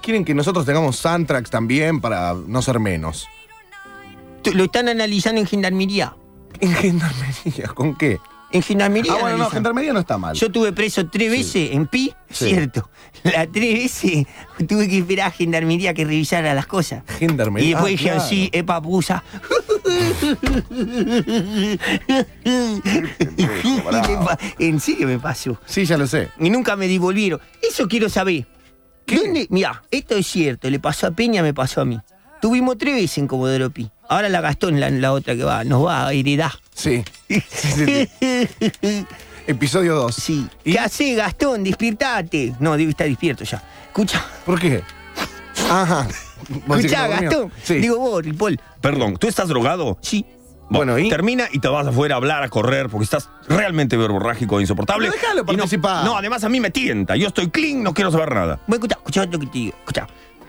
quieren que nosotros tengamos soundtracks también para no ser menos. T- Lo están analizando en gendarmería. ¿En gendarmería? ¿Con qué? En gendarmería. Ah, bueno, no, analizan. gendarmería no está mal. Yo tuve preso tres veces en Pi, Sí. cierto. Las tres veces tuve que esperar a gendarmería que revisara las cosas. Gendarmería. Y después Ah, dije claro. así, eh, papusa. pendejo, bravo. en sí que me pasó. Sí, ya lo sé. Y nunca me devolvieron. Eso quiero saber. ¿Dónde? Mirá, esto es cierto. Le pasó a Peña, me pasó a mí. Tuvimos tres veces en Comodoro Pi. Ahora la Gastón, la, la otra que va, nos va a heredar. Sí. Sí, sí, sí. Episodio 2. Sí. ¿Qué hace Gastón? Despiertate. No, digo, está despierto ya. Escucha, ¿Por qué? Ajá. ¿Vos decís que escucha, no durmió? Gastón. Sí. Digo vos, Ripoll. Perdón, ¿tú estás drogado? Sí. Bueno, ¿y? Termina y te vas afuera a hablar, a correr, porque estás realmente verborrágico e insoportable. Pero déjalo Y no- participar. No, además a mí me tienta. Yo estoy clean, no quiero saber nada. Voy a escuchar, escuchá lo que te digo. Escucha.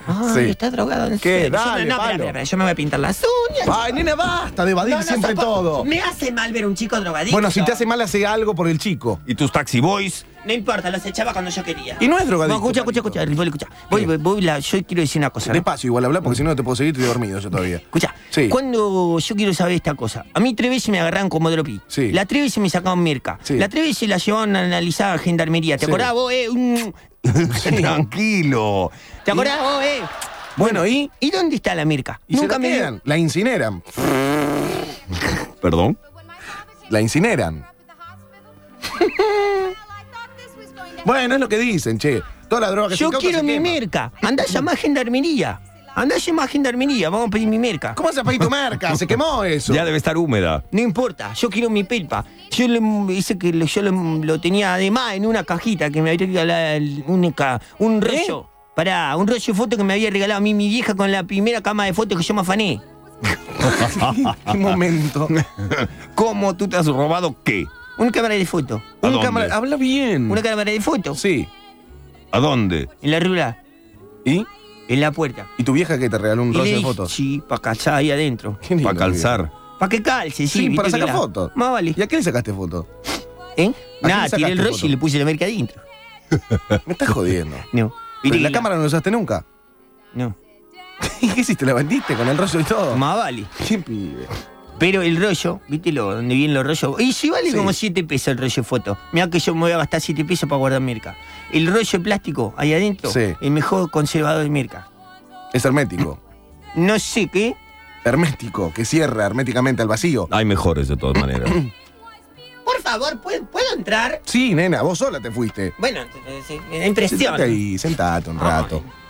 Ay, Sí. está drogado. en ¿Qué? serio. Yo Dale, no, no, palo. espera, espera, espera, yo me voy a pintar las uñas. Ay, nena, basta de evadir No, no, siempre sopo- todo. Me hace mal ver un chico drogadicto. Bueno, si te hace mal, hace algo por el chico. Y tus taxi boys. No importa, los echaba cuando yo quería. Y no es drogadicto. No, escucha, Palito. escucha, escucha, Ripoll, escucha. Voy, ¿Qué? voy, voy, la- yo quiero decir una cosa. ¿no? Despacio, igual habla, porque Mm. si no, no te puedo seguir, estoy dormido yo todavía. Escucha, Sí. cuando yo quiero saber esta cosa, a mí tres veces me agarraron como dropi. Sí. La tres veces me sacaban merca. Sí. La tres veces la llevaban a analizar a gendarmería. ¿Te Sí. acordás vos, eh? Mm. Tranquilo. ¿Te acordás vos, eh? Bueno, ¿y? ¿Y dónde está la merca? Y se la me quedan, la incineran. Perdón. La incineran. Bueno, es lo que dicen, che. Toda la droga que Yo se quiero mi merca. merca. Andá a llamar a gendarmería. Andá a llamar a gendarmería. Vamos a pedir mi merca. ¿Cómo se pedí tu merca? Se quemó eso. Ya debe estar húmeda. No importa, yo quiero mi pelpa. Yo le, dice que lo- yo lo, lo tenía además en una cajita que me había regalado el- un, ca- ¿Eh? un rollo. Pará, un rollo de fotos que me había regalado a mí mi vieja con la primera cama de fotos que yo me afané. Un momento. ¿Cómo tú te has robado qué? Una cámara de fotos. ¿A Un dónde? cámara. ah. Habla bien. Una cámara de fotos. Sí. ¿A dónde? En la rural, ¿Y? en la puerta. ¿Y tu vieja que te regaló un Y le rollo de dije, fotos? Sí, para calzar ahí adentro. Qué lindo, Para calzar. Para que calce, sí. Sí, viste para que sacar la- fotos. Más vale. ¿Y a qué le sacaste fotos? ¿Eh? le Nada, sacaste tiré el rollo foto? y le puse la merca adentro. Me estás jodiendo. No. Pero Viste la que cámara no la usaste nunca. No. ¿Y qué hiciste? ¿La vendiste con el rollo y todo? Más vale. ¿Qué pibe? Pero el rollo, ¿viste lo, donde vienen los rollos? Y si vale Sí. como 7 pesos el rollo de foto. Mirá que yo me voy a gastar 7 pesos para guardar merca. El rollo de plástico ahí adentro, Sí. el mejor conservador de merca. Es hermético. No sé qué. Hermético, que cierra herméticamente al vacío. Hay mejores de todas maneras. Por favor, ¿puedo, puedo entrar? Sí, nena, vos sola te fuiste. Bueno, entonces, me da impresión. Sentate ahí, sentate un rato.